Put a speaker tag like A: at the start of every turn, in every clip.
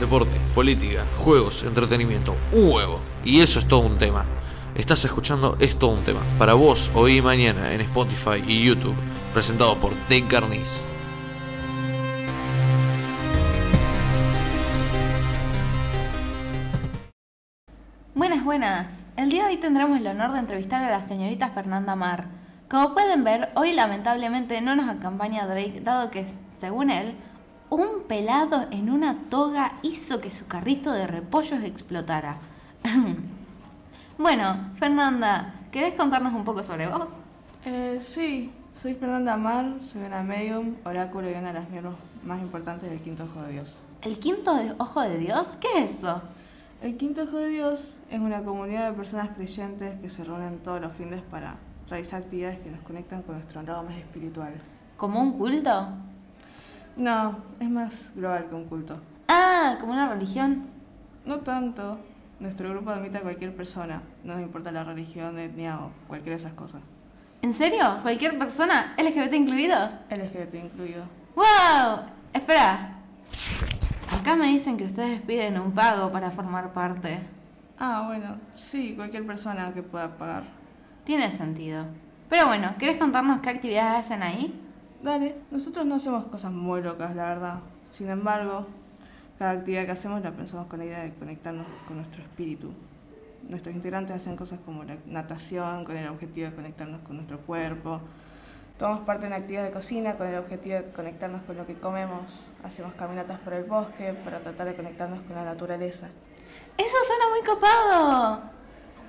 A: deporte, política, juegos, entretenimiento, un huevo. Y eso es todo un tema. Estás escuchando Es todo un tema. Para vos, hoy y mañana en Spotify y YouTube, presentado por Den Carniz.
B: Buenas, buenas. El día de hoy tendremos el honor de entrevistar a la señorita Fernanda Mar. Como pueden ver, hoy lamentablemente no nos acompaña Drake, dado que, según él, un pelado en una toga hizo que su carrito de repollos explotara. bueno, Fernanda, ¿querés contarnos un poco sobre vos?
C: Eh, sí, soy Fernanda Mar, soy una medium, oráculo y una de las miembros más importantes del Quinto Ojo de Dios.
B: ¿El quinto de- ojo de Dios? ¿Qué es eso?
C: El Quinto Ojo de Dios es una comunidad de personas creyentes que se reúnen todos los fines para realizar actividades que nos conectan con nuestro lado más espiritual.
B: ¿Como un culto?
C: No, es más global que un culto.
B: Ah, como una religión.
C: No tanto. Nuestro grupo admite a cualquier persona, no nos importa la religión, etnia o cualquiera de esas cosas.
B: ¿En serio? ¿Cualquier persona? ¿LGBT incluido?
C: LGBT incluido.
B: ¡Wow! Espera. Acá me dicen que ustedes piden un pago para formar parte.
C: Ah, bueno, sí, cualquier persona que pueda pagar.
B: Tiene sentido. Pero bueno, ¿querés contarnos qué actividades hacen ahí?
C: Dale, nosotros no hacemos cosas muy locas, la verdad. Sin embargo, cada actividad que hacemos la pensamos con la idea de conectarnos con nuestro espíritu. Nuestros integrantes hacen cosas como la natación, con el objetivo de conectarnos con nuestro cuerpo. Tomamos parte en actividades de cocina con el objetivo de conectarnos con lo que comemos. Hacemos caminatas por el bosque para tratar de conectarnos con la naturaleza.
B: Eso suena muy copado.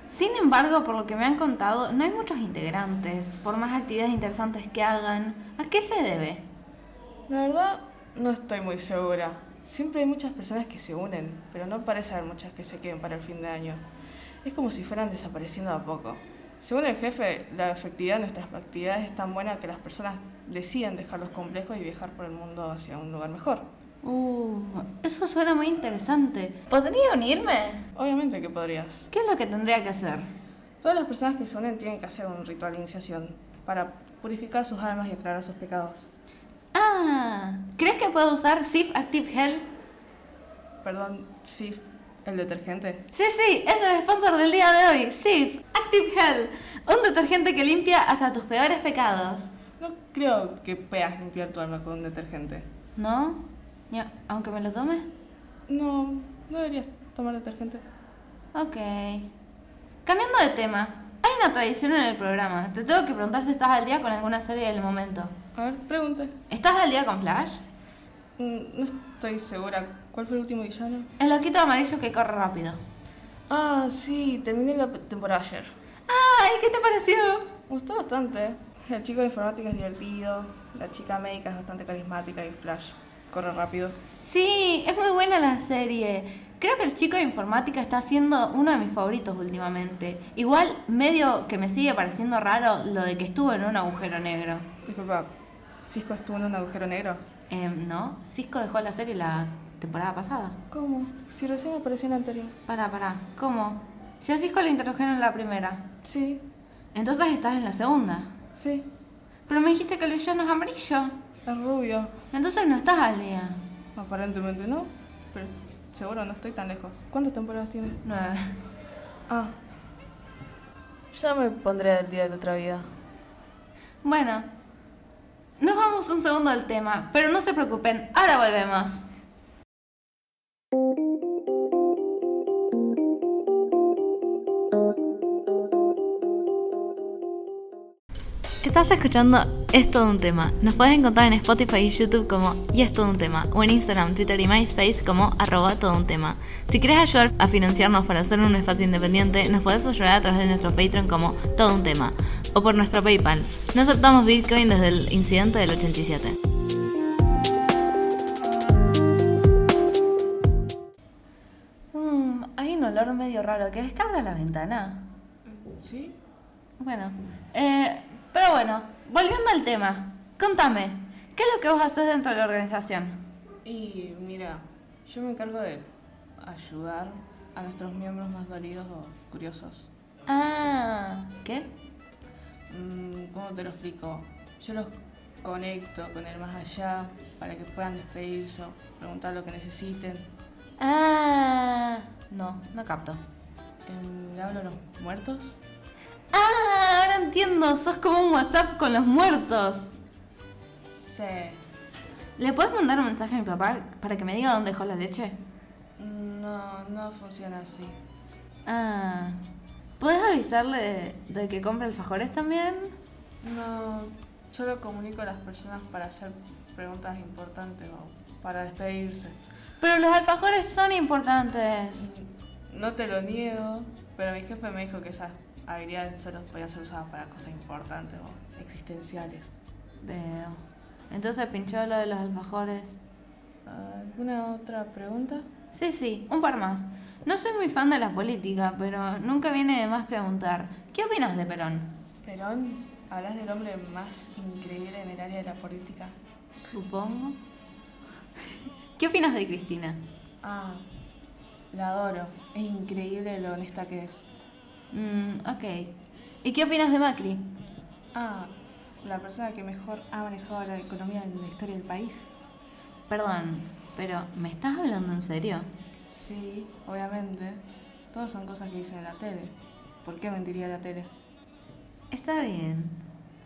B: Sin embargo, por lo que me han contado, no hay muchos integrantes, por más actividades interesantes que hagan. ¿A qué se debe?
C: La verdad, no estoy muy segura. Siempre hay muchas personas que se unen, pero no parece haber muchas que se queden para el fin de año. Es como si fueran desapareciendo de a poco. Según el jefe, la efectividad de nuestras actividades es tan buena que las personas deciden dejar los complejos y viajar por el mundo hacia un lugar mejor.
B: Uh, eso suena muy interesante. ¿Podría unirme?
C: Obviamente que podrías.
B: ¿Qué es lo que tendría que hacer?
C: Todas las personas que se unen tienen que hacer un ritual de iniciación para purificar sus almas y aclarar sus pecados.
B: Ah, ¿crees que puedo usar Sif Active Hell?
C: Perdón, sí, el detergente.
B: Sí, sí, es el sponsor del día de hoy, Sif Active Hell, un detergente que limpia hasta tus peores pecados.
C: No creo que puedas limpiar tu alma con un detergente.
B: ¿No? Ni a- ¿Aunque me lo tome?
C: No, no deberías tomar detergente.
B: Ok. Cambiando de tema, hay una tradición en el programa. Te tengo que preguntar si estás al día con alguna serie del momento.
C: A ver, pregunte.
B: ¿Estás al día con Flash?
C: Mm, No estoy segura. ¿Cuál fue el último villano?
B: El loquito amarillo que corre rápido.
C: Ah, sí, terminé la pe- temporada ayer.
B: ¡Ay! ¿Qué te pareció?
C: Me gustó bastante. El chico de informática es divertido, la chica médica es bastante carismática y Flash corre rápido.
B: Sí, es muy buena la serie. Creo que el chico de informática está siendo uno de mis favoritos últimamente. Igual, medio que me sigue pareciendo raro lo de que estuvo en un agujero negro.
C: Disculpa, ¿Cisco estuvo en un agujero negro?
B: Em, ¿No? Cisco dejó la serie la temporada pasada.
C: ¿Cómo? Si recién apareció en la anterior.
B: Pará, pará. ¿Cómo? Si a Cisco lo introdujeron en la primera,
C: Sí,
B: entonces estás en la segunda.
C: sí,
B: Pero me dijiste que el villano es amarillo.
C: es rubio.
B: Entonces no estás al día.
C: Aparentemente no, pero seguro no estoy tan lejos. ¿Cuántas temporadas tiene?
B: Nueve.
C: Ah. Ya me pondré al día de la otra vida.
B: Bueno, nos vamos un segundo del tema, pero no se preocupen, ahora volvemos.
D: Estás escuchando Es Todo Un Tema. Nos puedes encontrar en Spotify y YouTube como Y Es Todo Un Tema o en Instagram, Twitter y MySpace como arroba todo un tema. Si quieres ayudar a financiarnos para hacer un espacio independiente, nos puedes ayudar a través de nuestro Patreon como Todo Un Tema o por nuestro PayPal. No aceptamos Bitcoin desde el incidente del 87.
B: Mmm, hay un olor medio raro. ¿Querés que abra la ventana?
C: ¿Sí?
B: Bueno, eh, pero bueno, volviendo al tema, contame, ¿qué es lo que vos haces dentro de la organización?
C: Y mira, yo me encargo de ayudar a nuestros miembros más dolidos o curiosos.
B: Ah, ¿qué?
C: Mm, ¿Cómo te lo explico? Yo los conecto con el más allá para que puedan despedirse o preguntar lo que necesiten.
B: Ah, no, no capto.
C: El hablo a los muertos.
B: Ah, ahora entiendo, sos como un WhatsApp con los muertos.
C: Sí.
B: ¿Le puedes mandar un mensaje a mi papá para que me diga dónde dejó la leche?
C: No, no funciona así.
B: Ah, ¿podés avisarle de, de que compre alfajores también?
C: No, solo comunico a las personas para hacer preguntas importantes o para despedirse.
B: Pero los alfajores son importantes.
C: No te lo niego, pero mi jefe me dijo que esas habilidades solo podían ser usadas para cosas importantes o existenciales.
B: Veo. Entonces pinchó lo de los alfajores.
C: ¿Alguna otra pregunta?
B: Sí, sí, un par más. No soy muy fan de la política, pero nunca viene de más preguntar. ¿Qué opinas de Perón?
C: Perón, hablas del hombre más increíble en el área de la política.
B: Supongo. ¿Qué opinas de Cristina?
C: Ah, la adoro. Es increíble lo honesta que es.
B: Mm, ok. ¿Y qué opinas de Macri?
C: Ah, la persona que mejor ha manejado la economía en la historia del país.
B: Perdón, pero ¿me estás hablando en serio?
C: Sí, obviamente. Todos son cosas que dicen en la tele. ¿Por qué mentiría la tele?
B: Está bien.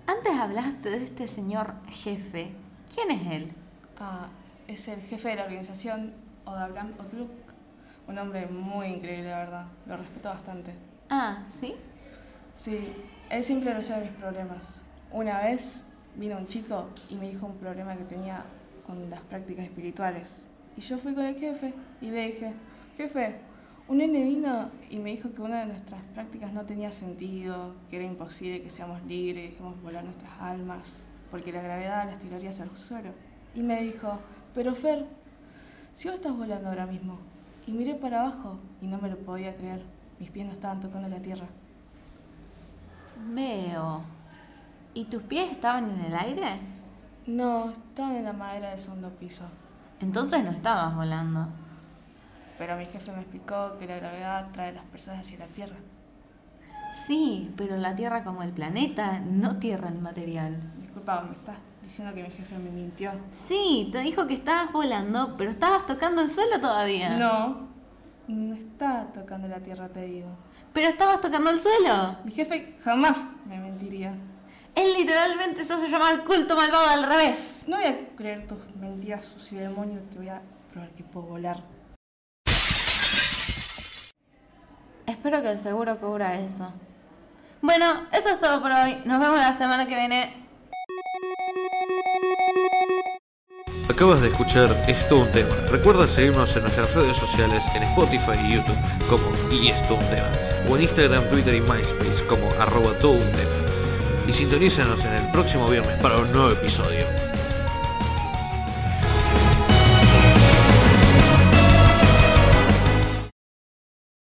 B: Antes hablaste de este señor jefe. ¿Quién es él?
C: Ah, es el jefe de la organización Odablan Otluk. Un hombre muy increíble, la verdad. Lo respeto bastante.
B: Ah, ¿sí?
C: Sí, él siempre resuelve mis problemas. Una vez vino un chico y me dijo un problema que tenía con las prácticas espirituales. Y yo fui con el jefe y le dije, jefe, un nene vino y me dijo que una de nuestras prácticas no tenía sentido, que era imposible que seamos libres, que dejemos volar nuestras almas, porque la gravedad las tiraría hacia el suelo. Y me dijo, pero Fer, si vos estás volando ahora mismo, y miré para abajo y no me lo podía creer, mis pies no estaban tocando la tierra.
B: Veo. ¿Y tus pies estaban en el aire?
C: No, estaban en la madera del segundo piso.
B: Entonces no estabas volando.
C: Pero mi jefe me explicó que la gravedad trae a las personas hacia la Tierra.
B: Sí, pero la Tierra como el planeta, no Tierra el material.
C: Disculpa, me estás diciendo que mi jefe me mintió.
B: Sí, te dijo que estabas volando, pero estabas tocando el suelo todavía.
C: No, no está tocando la Tierra, te digo.
B: Pero estabas tocando el suelo.
C: Mi jefe jamás me mentiría.
B: Él literalmente se hace llamar culto malvado al revés.
C: No voy a creer tus mentiras, sucio demonio, te voy a probar que puedo volar.
B: Espero que el seguro cubra eso. Bueno, eso es todo por hoy. Nos vemos la semana que viene.
A: Acabas de escuchar Esto un tema. Recuerda seguirnos en nuestras redes sociales en Spotify y YouTube como Y Esto un tema. O en Instagram, Twitter y MySpace como arroba todo un tema. Y sintonízanos en el próximo viernes para un nuevo episodio.